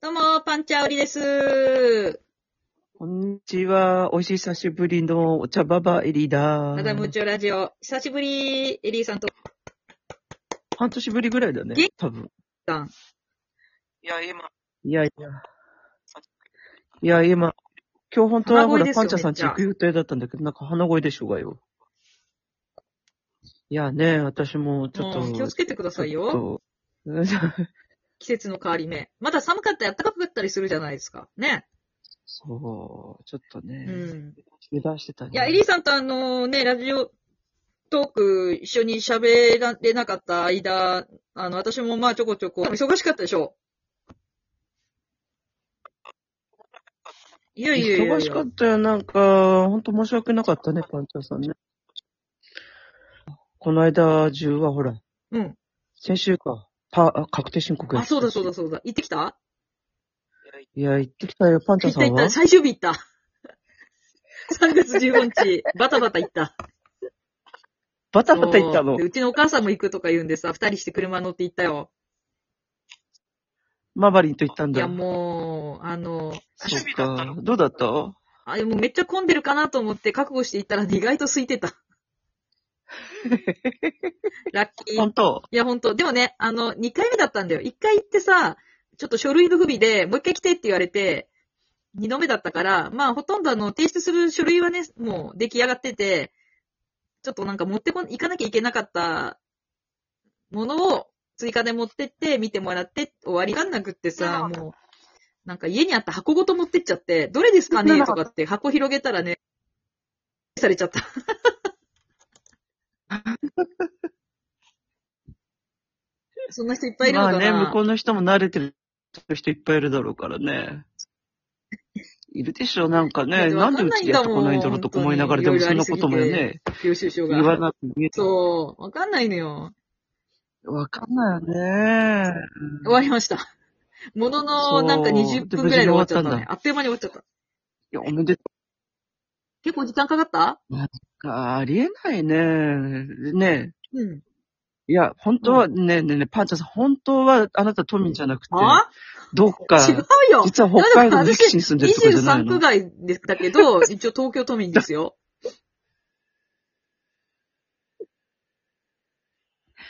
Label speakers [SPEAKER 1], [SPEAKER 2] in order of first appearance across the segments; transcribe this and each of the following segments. [SPEAKER 1] どうも、パンチャーオリです。
[SPEAKER 2] こんにちは。お久しぶりのお茶ババエリだ。
[SPEAKER 1] マダムチョラジオ、久しぶり、エリーさんと、
[SPEAKER 2] 半年ぶりぐらいだね
[SPEAKER 1] げ。
[SPEAKER 2] 多分。
[SPEAKER 1] さん。
[SPEAKER 3] いや、今、
[SPEAKER 2] いやいや。いや、今、今日本当はほ
[SPEAKER 1] 鼻声
[SPEAKER 2] ら、
[SPEAKER 1] ですよ
[SPEAKER 2] パンチャさんち
[SPEAKER 1] めっちゃ
[SPEAKER 2] 行く予定だったんだけど、なんか鼻声でしょうがよ。いやね、私もちょっ
[SPEAKER 1] もう
[SPEAKER 2] と。
[SPEAKER 1] 気をつけてくださいよ。
[SPEAKER 2] ちょっと。
[SPEAKER 1] 季節の変わり目。まだ寒かったり暖かかったりするじゃないですか。ね。
[SPEAKER 2] そう、ちょっと
[SPEAKER 1] う
[SPEAKER 2] ね。
[SPEAKER 1] ん。
[SPEAKER 2] 油断してたね。
[SPEAKER 1] いや、エリーさんとあのね、ラジオトーク一緒に喋られなかった間、あの、私もまあちょこちょこ、忙しかったでしょいやいやいやいや。
[SPEAKER 2] 忙しかったよ。なんか、ほんと申し訳なかったね、パンチャさんね。この間中はほら、
[SPEAKER 1] うん。
[SPEAKER 2] 先週か、パ、あ確定申告や
[SPEAKER 1] あ、
[SPEAKER 2] って
[SPEAKER 1] そ
[SPEAKER 2] た
[SPEAKER 1] うだそうだそうだ。行ってきた
[SPEAKER 2] いや、行ってきたよ、パンチ
[SPEAKER 1] 行
[SPEAKER 2] ャ
[SPEAKER 1] っ
[SPEAKER 2] さ
[SPEAKER 1] た
[SPEAKER 2] ん
[SPEAKER 1] 行った。
[SPEAKER 2] は。
[SPEAKER 1] 最終日行 った。3月15日、バタバタ行った。
[SPEAKER 2] バタバタ行った
[SPEAKER 1] そう
[SPEAKER 2] の
[SPEAKER 1] で。うちのお母さんも行くとか言うんでさ、二人して車乗って行ったよ。
[SPEAKER 2] マーバリンと行ったん
[SPEAKER 1] い
[SPEAKER 2] だ
[SPEAKER 1] や、。もう、あの、
[SPEAKER 2] そ
[SPEAKER 3] 趣
[SPEAKER 2] う
[SPEAKER 3] 味だった
[SPEAKER 2] か
[SPEAKER 3] の。
[SPEAKER 2] どうだった
[SPEAKER 1] あれもうめっちゃ混んでるかなと思って覚悟して行ったら意外と空いて た。ラッキー。
[SPEAKER 2] 本当
[SPEAKER 1] いや、ほんと。でもね、あの、2回目だったんだよ。1回行ってさ、ちょっと書類の不備で、もう1回来てって言われて、2度目だったから、まあ、ほとんどあの、提出する書類はね、もう出来上がってて、ちょっとなんか持ってこん、行かなきゃいけなかったものを追加で持ってって、見てもらって、終わりがんなくってさ、もう、なんか家にあった箱ごと持ってっちゃって、どれですかねとかって箱広げたらね、されちゃ った。そんな人いっぱいいるの
[SPEAKER 2] ま
[SPEAKER 1] か
[SPEAKER 2] あ
[SPEAKER 1] な、
[SPEAKER 2] ね、向こうの人も慣れてる人いっぱいいるだろうからね。いるでしょ、なんか
[SPEAKER 1] いや
[SPEAKER 2] ね。
[SPEAKER 1] でも
[SPEAKER 2] なんでうちでやってこないんだろうとか思いながら、でも
[SPEAKER 1] わか
[SPEAKER 2] そ
[SPEAKER 1] ん
[SPEAKER 2] ん
[SPEAKER 1] ない
[SPEAKER 2] なん
[SPEAKER 1] だ
[SPEAKER 2] こ
[SPEAKER 1] も
[SPEAKER 2] と
[SPEAKER 1] ん
[SPEAKER 2] もね、
[SPEAKER 1] 領収書が。
[SPEAKER 2] 言わなく見えた。
[SPEAKER 1] そう、わかんないのよ。
[SPEAKER 2] わかんないよね。
[SPEAKER 1] 終わりました。もの
[SPEAKER 2] そ
[SPEAKER 1] の、
[SPEAKER 2] う
[SPEAKER 1] なんか20分くらいで終わっちゃった
[SPEAKER 2] 無事に終わったん
[SPEAKER 1] ね
[SPEAKER 2] だ。
[SPEAKER 1] あっという間に終わっちゃった。
[SPEAKER 2] いや、おめでと
[SPEAKER 1] 結構時間かかった
[SPEAKER 2] うか。ありえないね。ね
[SPEAKER 1] うん。
[SPEAKER 2] いや、本当は、ねえねえねえパンチャさん、本当はあなた都民じゃなくて、
[SPEAKER 1] あ
[SPEAKER 2] どっか、
[SPEAKER 1] 違うよ
[SPEAKER 2] 実は北海道の力士に住んでるとかじゃない
[SPEAKER 1] 23
[SPEAKER 2] の
[SPEAKER 1] 区外でだけど、一応東京都民です よ。い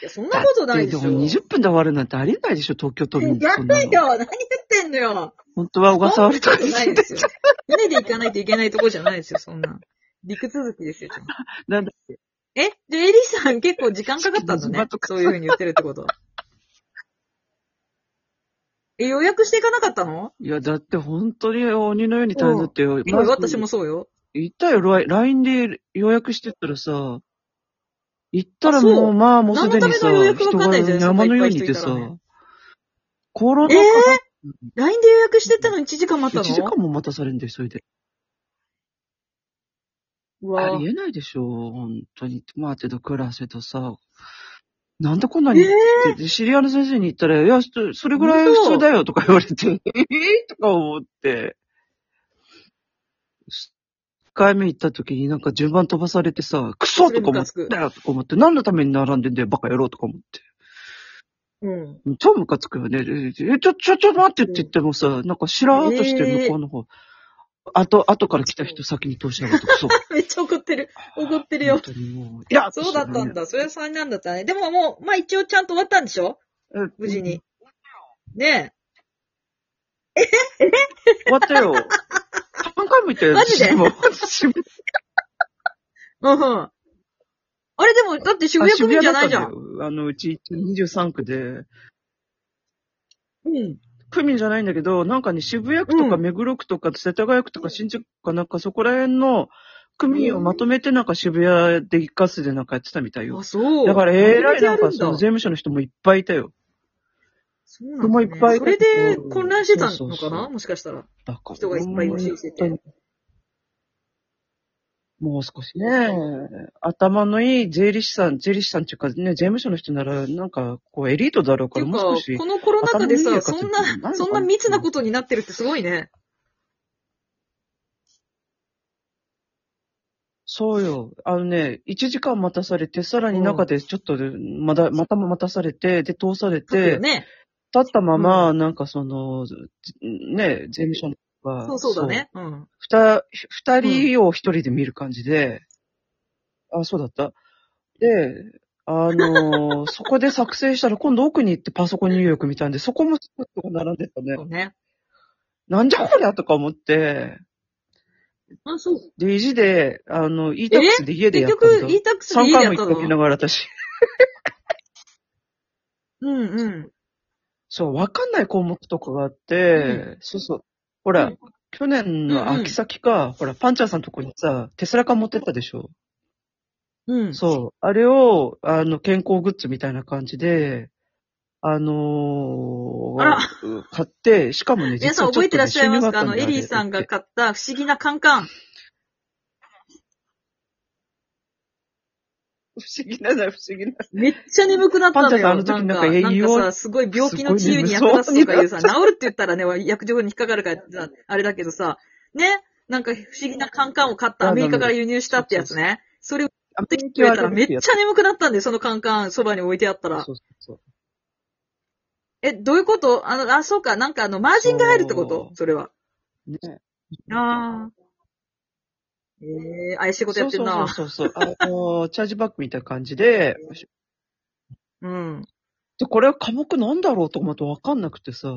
[SPEAKER 1] や、そんなことないでしょ。
[SPEAKER 2] だっても20分で終わるなんてありえないでしょ、東京都民で
[SPEAKER 1] や
[SPEAKER 2] そ
[SPEAKER 1] っ
[SPEAKER 2] んな
[SPEAKER 1] た
[SPEAKER 2] の
[SPEAKER 1] よ何言ってんのよ
[SPEAKER 2] 本当は小笠原とか
[SPEAKER 1] そん
[SPEAKER 2] に
[SPEAKER 1] なことな
[SPEAKER 2] 住
[SPEAKER 1] い
[SPEAKER 2] ん
[SPEAKER 1] で
[SPEAKER 2] です
[SPEAKER 1] よ。船で行かないといけないとこじゃないですよ、そんな。陸続きですよ、ちゃんと
[SPEAKER 2] なんだっけ
[SPEAKER 1] えじゃあ、エリさん結構時間かかったんだね
[SPEAKER 2] 島と。か
[SPEAKER 1] そういうふうに言ってるってこと。え、予約していかなかったの
[SPEAKER 2] いや、だって本当に鬼のように大変だったよ。
[SPEAKER 1] 今私もそうよ。
[SPEAKER 2] 行ったよ、ライン LINE で予約してったらさ、行った
[SPEAKER 1] あ
[SPEAKER 2] ら
[SPEAKER 1] そう
[SPEAKER 2] もう、まあもうすでに
[SPEAKER 1] 何のた
[SPEAKER 2] さ、
[SPEAKER 1] めの予約
[SPEAKER 2] 人
[SPEAKER 1] わかんな
[SPEAKER 2] が
[SPEAKER 1] いじゃん
[SPEAKER 2] 山のようにいて
[SPEAKER 1] そんないっぱい人いたら
[SPEAKER 2] さ、コロナ
[SPEAKER 1] え
[SPEAKER 2] 禍
[SPEAKER 1] ー
[SPEAKER 2] だ
[SPEAKER 1] ?LINE で予約してったのに1時間待った
[SPEAKER 2] 1
[SPEAKER 1] の
[SPEAKER 2] 時間も待たされんだよ、それで。
[SPEAKER 1] うわ
[SPEAKER 2] ありえないでしょ、本当に。まあ、てど暮らせとさ。なんでこんな
[SPEAKER 1] え
[SPEAKER 2] に、
[SPEAKER 1] ー
[SPEAKER 2] で知り合いの先生に言ったら、いや、そそれぐらい普通だよとか言われて、 ええとか思って。一回目行った時になんか順番飛ばされてさ、クソとか思っ
[SPEAKER 1] それムカつく
[SPEAKER 2] たよとか思って、何のために並んでんだよ、バカ野郎とか思って。
[SPEAKER 1] うん。
[SPEAKER 2] 超ムカつくよね。え、ちょ、ちょ、ちょ、ちょ待ってって言ってもさ、なんかしらーっとして
[SPEAKER 1] ええ
[SPEAKER 2] 向こうの方。あと、後から来た人先に通しやがって、クソ。
[SPEAKER 1] めっちゃ怒ってる。怒ってる
[SPEAKER 2] 本
[SPEAKER 1] よ。
[SPEAKER 2] 当にもう。い や、
[SPEAKER 1] そうだったんだ。それは災難だったね。でももう、まあ一応ちゃんと終わったんでしょ
[SPEAKER 2] うん。
[SPEAKER 1] 無事に。ね
[SPEAKER 2] 終わった よ。3回も言ったよ。
[SPEAKER 1] マジで
[SPEAKER 2] 私も 私も
[SPEAKER 1] え。うんうん。あれでも、だって渋谷区民じゃないじゃ
[SPEAKER 2] あ
[SPEAKER 1] ん。
[SPEAKER 2] 渋谷だったんだよあの、うち23区で、
[SPEAKER 1] うん。
[SPEAKER 2] 区民じゃないんだけど、なんかね、渋谷区とか目黒区とか世田谷区とか新宿区かなんかそこら辺の区民をまとめてなんか渋谷で一括でなんかやってたみたいよ
[SPEAKER 1] あ、。そう。
[SPEAKER 2] だから、えらいなんかそ
[SPEAKER 1] そ
[SPEAKER 2] の
[SPEAKER 1] う
[SPEAKER 2] 税務署の人もいっぱいいたよ。
[SPEAKER 1] そうなんだ、ね。
[SPEAKER 2] 車いっぱいい
[SPEAKER 1] そ
[SPEAKER 2] た
[SPEAKER 1] れ
[SPEAKER 2] けど
[SPEAKER 1] で混乱してたのかな
[SPEAKER 2] そうそうそう
[SPEAKER 1] もしかしたら。
[SPEAKER 2] だから
[SPEAKER 1] 人がいっぱい押し寄せて。
[SPEAKER 2] もう少しね、頭のいい税理士さん、税理士さんっていうかね、税務署の人なら、なんか、こう、エリートだろう
[SPEAKER 1] て
[SPEAKER 2] か
[SPEAKER 1] い
[SPEAKER 2] ら、
[SPEAKER 1] う
[SPEAKER 2] も
[SPEAKER 1] か
[SPEAKER 2] う少し、
[SPEAKER 1] このコロナ禍でさ、
[SPEAKER 2] 頭
[SPEAKER 1] そ
[SPEAKER 2] の
[SPEAKER 1] ん
[SPEAKER 2] いいやつっているの
[SPEAKER 1] な、
[SPEAKER 2] か
[SPEAKER 1] そんな密なことになってるってすごいね。
[SPEAKER 2] そうよ。あのね、1時間待たされて、さらに中でちょっと、まだ、またも待たされて、で、通され
[SPEAKER 1] 書くよ
[SPEAKER 2] て、
[SPEAKER 1] ね。
[SPEAKER 2] 立ったまま、なんかその、じね、税務署の人が。
[SPEAKER 1] そうそうだね。うん。
[SPEAKER 2] そう。二、二人を一人で見る感じで、あ、そうだった。で、あ のーそこで作成したら今度奥に行ってパソコン入力見たんで、そこもすごいとこ並んでたね
[SPEAKER 1] そ。うね。
[SPEAKER 2] なんじゃこりゃとか思って、
[SPEAKER 1] あ、そう。
[SPEAKER 2] で、意地で、あの、e タックスで家でや
[SPEAKER 1] 結
[SPEAKER 2] ったんだ
[SPEAKER 1] 局、。e タックスで
[SPEAKER 2] 3
[SPEAKER 1] 家で
[SPEAKER 2] 回
[SPEAKER 1] や
[SPEAKER 2] も
[SPEAKER 1] っ
[SPEAKER 2] 行
[SPEAKER 1] た
[SPEAKER 2] ったきな
[SPEAKER 1] の
[SPEAKER 2] がら私。
[SPEAKER 1] うんうん。
[SPEAKER 2] そう、わかんない項目とかがあって、そうそう。ほら、
[SPEAKER 1] うん
[SPEAKER 2] 去年の秋先か、ほら、パンチャーさんとこにさ、テスラ缶持ってったでしょ。
[SPEAKER 1] うん。
[SPEAKER 2] そう。あれを、あの、健康グッズみたいな感じで、あのー
[SPEAKER 1] あら
[SPEAKER 2] 買って、しかもね、
[SPEAKER 1] 皆
[SPEAKER 2] 実
[SPEAKER 1] さん
[SPEAKER 2] はちょ
[SPEAKER 1] 覚
[SPEAKER 2] っ
[SPEAKER 1] え
[SPEAKER 2] と
[SPEAKER 1] て
[SPEAKER 2] ね、
[SPEAKER 1] らっしゃいますかあ
[SPEAKER 2] 収入
[SPEAKER 1] の、エ
[SPEAKER 2] っただ
[SPEAKER 1] リー さんが
[SPEAKER 2] あれ
[SPEAKER 1] 買った不思議なカンカン。
[SPEAKER 2] 不思議なな、不思議な。
[SPEAKER 1] めっちゃ眠くなったんだよ。
[SPEAKER 2] パンタさんあの時なん
[SPEAKER 1] なん
[SPEAKER 2] か
[SPEAKER 1] か
[SPEAKER 2] 栄
[SPEAKER 1] なん
[SPEAKER 2] 養
[SPEAKER 1] かさ、すごい病気の治癒に役立つとかいうさ、治るって言ったらね、薬事法に引っかかるからさ、あれだけどさ、 ね、なんか不思議なカンカンを買った、アメリカから輸入したってやつね。それを
[SPEAKER 2] ア
[SPEAKER 1] 持ってきてくれたらめっちゃ眠くなったんで、そのカンカン、そばに置いてあったら
[SPEAKER 2] そ。うそうそう。
[SPEAKER 1] え、どういうことあの、あ、そうか、なんかあの、マージンが入るってこ
[SPEAKER 2] そ
[SPEAKER 1] と
[SPEAKER 2] う
[SPEAKER 1] それは。
[SPEAKER 2] ね、
[SPEAKER 1] ああ。ええー、あい仕事やってんな。
[SPEAKER 2] そうそうそうそう。あのー、チャージバックみたいな感じで、
[SPEAKER 1] うん。
[SPEAKER 2] で、これは科目なんだろうと思ってわかんなくてさ。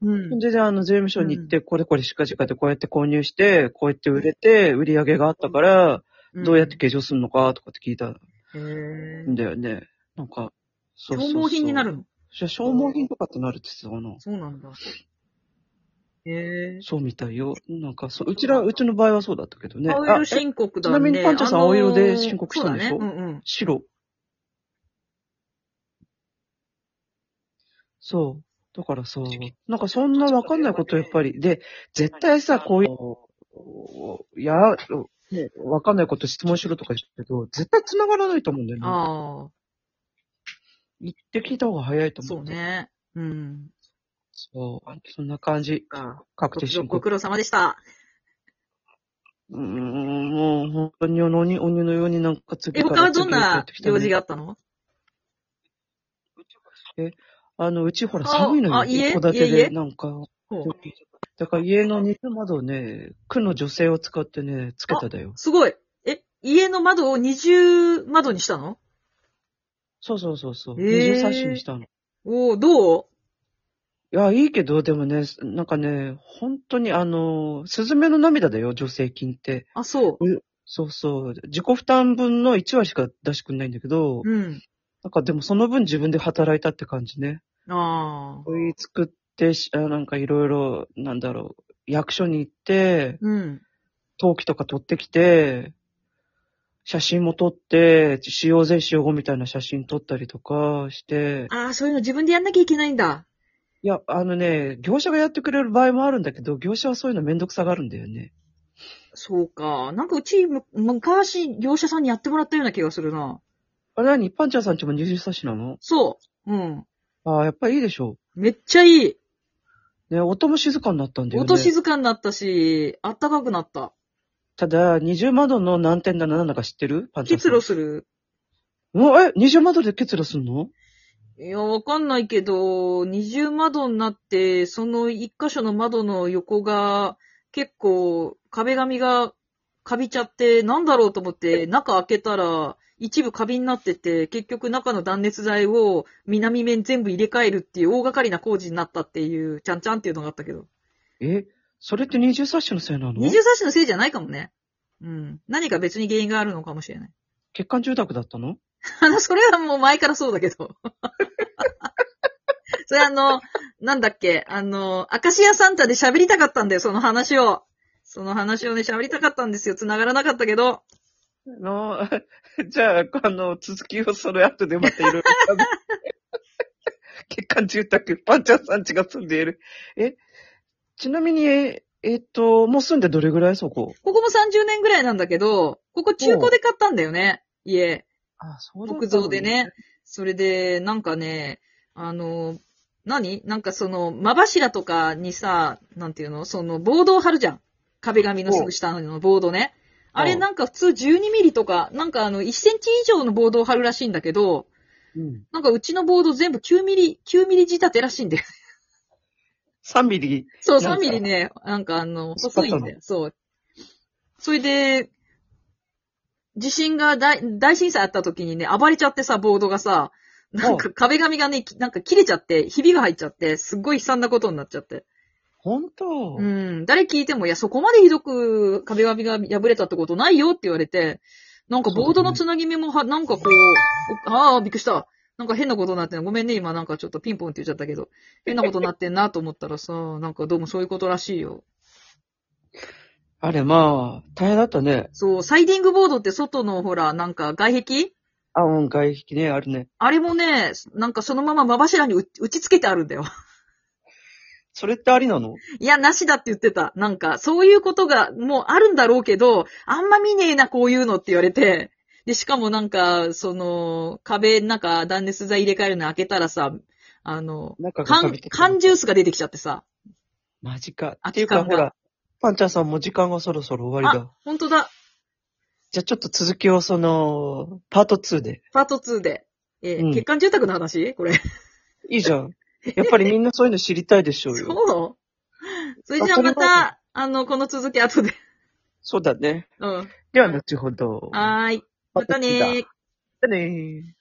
[SPEAKER 1] うん。
[SPEAKER 2] で、あの、税務署に行って、これこれしかじかでこうやって購入して、こうやって売れて、売り上げがあったから、どうやって計上するのかとかって聞いたん
[SPEAKER 1] へえ。
[SPEAKER 2] だよね。なんか、そうそう
[SPEAKER 1] 消
[SPEAKER 2] そう
[SPEAKER 1] 耗品になるの
[SPEAKER 2] じゃあ消耗品とかってなるって言ってたかな。
[SPEAKER 1] そうなんだ。へえ。
[SPEAKER 2] そうみたいよ。なんかそう、うちら、うちの場合はそうだったけどね。
[SPEAKER 1] 青
[SPEAKER 2] あ
[SPEAKER 1] 色、申告だね。
[SPEAKER 2] ちなみにパンチャーさん
[SPEAKER 1] あのー
[SPEAKER 2] 青色で申告したんでしょ
[SPEAKER 1] そうだね。うんうん。
[SPEAKER 2] 白。そう。だからさ、なんかそんなわかんないことやっぱり。で、絶対さ、こういう、や、ねわかんないこと質問しろとか言ってるけど、絶対繋がらないと思うんだよね。
[SPEAKER 1] あ
[SPEAKER 2] 言って聞いた方が早いと
[SPEAKER 1] あ、
[SPEAKER 2] 思。
[SPEAKER 1] そうう。ね。うん。
[SPEAKER 2] そう。そんな感じ。
[SPEAKER 1] か
[SPEAKER 2] 確定申
[SPEAKER 1] ごご
[SPEAKER 2] 告。
[SPEAKER 1] 苦労様でした。
[SPEAKER 2] うーん、もう本当におのに、鬼のようになんか次
[SPEAKER 1] え、
[SPEAKER 2] か
[SPEAKER 1] 他は
[SPEAKER 2] ら次
[SPEAKER 1] どん
[SPEAKER 2] へとやっ
[SPEAKER 1] な
[SPEAKER 2] てきたね
[SPEAKER 1] 用事があったの
[SPEAKER 2] あの、うちほら
[SPEAKER 1] あ
[SPEAKER 2] 寒いのよ。
[SPEAKER 1] あ家
[SPEAKER 2] 一戸建て
[SPEAKER 1] 家家
[SPEAKER 2] で、なんか。
[SPEAKER 1] ほう
[SPEAKER 2] だから家の二窓をね、区の女性を使ってね、つけただよ。
[SPEAKER 1] すごい。え、家の窓を二重窓にしたの
[SPEAKER 2] そうそうそうそう。
[SPEAKER 1] へー
[SPEAKER 2] 二重冊子にしたの。い
[SPEAKER 1] おおどう
[SPEAKER 2] や、いいけど、でもね、なんかね、本当にあの、スズメの涙だよ、助成金って。
[SPEAKER 1] あ、そう。
[SPEAKER 2] そうそう。自己負担分の1割しか出してくんないんだけど、
[SPEAKER 1] うん。
[SPEAKER 2] なんかでもその分自分で働いたって感じね。
[SPEAKER 1] ああ。
[SPEAKER 2] こい作ってし、あなんかいろいろ、なんだろう、役所に行って、
[SPEAKER 1] うん。
[SPEAKER 2] 陶器とか撮ってきて、写真も撮って、使用前使用後みたいな写真撮ったりとかして、
[SPEAKER 1] ああ、そういうの自分でやんなきゃいけないんだ。
[SPEAKER 2] いや、あのね、業者がやってくれる場合もあるんだけど、業者はそういうのめんどくさがあるんだよね。
[SPEAKER 1] そうか。なんかうち、む昔、業者さんにやってもらったような気がするな。
[SPEAKER 2] あれ何パンチャーさんちも二重冊子なの
[SPEAKER 1] そう。うん。
[SPEAKER 2] ああ、やっぱりいいでしょ
[SPEAKER 1] めっちゃいい。
[SPEAKER 2] う。ね、音も静かになったんだよね。
[SPEAKER 1] 音静かになったし、あったかくなった。
[SPEAKER 2] ただ、二重窓の難点だな、なんだか知ってるパンチャー
[SPEAKER 1] 結
[SPEAKER 2] さん。
[SPEAKER 1] 露する。
[SPEAKER 2] 露。え、二重窓で結露すんの
[SPEAKER 1] いや、わかんないけど、二重窓になって、その一箇所の窓の横が、結構、壁紙が、かびちゃって、なんだろうと思って、中開けたら、一部カビになってて、結局中の断熱材を南面全部入れ替えるっていう大掛かりな工事になったっていう、ちゃんちゃんっていうのがあったけど。
[SPEAKER 2] え、それって二重冊子のせいなの
[SPEAKER 1] 二重差しのせいじゃないかもね。うん。何か別に原因があるのかもしれない。
[SPEAKER 2] 欠陥住宅だったの
[SPEAKER 1] あの、それはもう前からそうだけど。 それあの、なんだっけ、あの、アカシアサンタで喋りたかったんだよ、その話を。その話をね、喋りたかったんですよ。繋がらなかったけど。
[SPEAKER 2] の、 じゃあ、あの、続きをその後でまたいろいろ。 欠陥住宅、パンチャーさん家が住んでいる。え、ちなみに、え、えっと、もう住んでどれぐらいそこ
[SPEAKER 1] ここも30年ぐらいなんだけど、ここ中古で買ったんだよね。家。
[SPEAKER 2] あ、そう
[SPEAKER 1] 木造でね。。それで、なんかね、あの、何なんかその、間柱とかにさ、なんていうのその、ボードを貼るじゃん。壁紙のすぐ下のボードね。
[SPEAKER 2] うん
[SPEAKER 1] あれなんか普通12ミリとか、なんかあの、1センチ以上のボードを貼るらしいんだけど、
[SPEAKER 2] うん。
[SPEAKER 1] なんかうちのボード全部9ミリ、9ミリ仕立てらしいんだよ。
[SPEAKER 2] 3ミリ。
[SPEAKER 1] そう、
[SPEAKER 2] なん
[SPEAKER 1] 3
[SPEAKER 2] か
[SPEAKER 1] ミリね、なんかあの、
[SPEAKER 2] 突っ
[SPEAKER 1] 細
[SPEAKER 2] 張っ
[SPEAKER 1] い
[SPEAKER 2] たの
[SPEAKER 1] んだよ。そう。それで、地震が大、大震災あった時にね、暴れちゃってさ、ボードがさ、なんか壁紙がね、きなんか切れちゃって、ひびが入っちゃって、すっごい悲惨なことになっちゃって。
[SPEAKER 2] 本当、
[SPEAKER 1] うん。誰聞いても、いや、そこまでひどく壁紙が破れたってことないよって言われて、なんかボードのつなぎ目もは、なんかこう、おああ、びっくりした。なんか変なことになってんのごめんね、今なんかちょっとピンポンって言っちゃったけど。変なことになってんなと思ったらさ、なんかどうもそういうことらしいよ。
[SPEAKER 2] あれ、まあ、大変だったね。
[SPEAKER 1] そう、サイディングボードって外のほら、なんか外壁
[SPEAKER 2] あ、うん、外壁ね、あるね。
[SPEAKER 1] あれもね、なんかそのままま柱に打打ち付けてあるんだよ。
[SPEAKER 2] それってありなの
[SPEAKER 1] いや、なしだって言ってた。なんか、そういうことが、もうあるんだろうけど、あんま見ねえな、こういうのって言われて。で、しかもなんか、その、壁、なんか、断熱材入れ替えるの開けたらさ、あの、
[SPEAKER 2] 中が
[SPEAKER 1] 缶
[SPEAKER 2] 錆びて、た
[SPEAKER 1] 缶ジュースが出てきちゃってさ。
[SPEAKER 2] マジか。
[SPEAKER 1] あ
[SPEAKER 2] っていうか、
[SPEAKER 1] 時間
[SPEAKER 2] ほ
[SPEAKER 1] が
[SPEAKER 2] ら、パンちゃんさんも時間がそろそろ終わりだ
[SPEAKER 1] あ。、ほんとだ。
[SPEAKER 2] じゃあちょっと続きをその、パート2で。
[SPEAKER 1] パート2で。えー
[SPEAKER 2] うん
[SPEAKER 1] 欠陥住宅の話これ。
[SPEAKER 2] いいじゃ ん。やっぱりみんなそういうの知りたいでしょうよ。
[SPEAKER 1] そうそれじゃあまた、あの、この続き後で。
[SPEAKER 2] そうだね。
[SPEAKER 1] うん。
[SPEAKER 2] では、後ほど。
[SPEAKER 1] はーい。またねー。
[SPEAKER 2] またね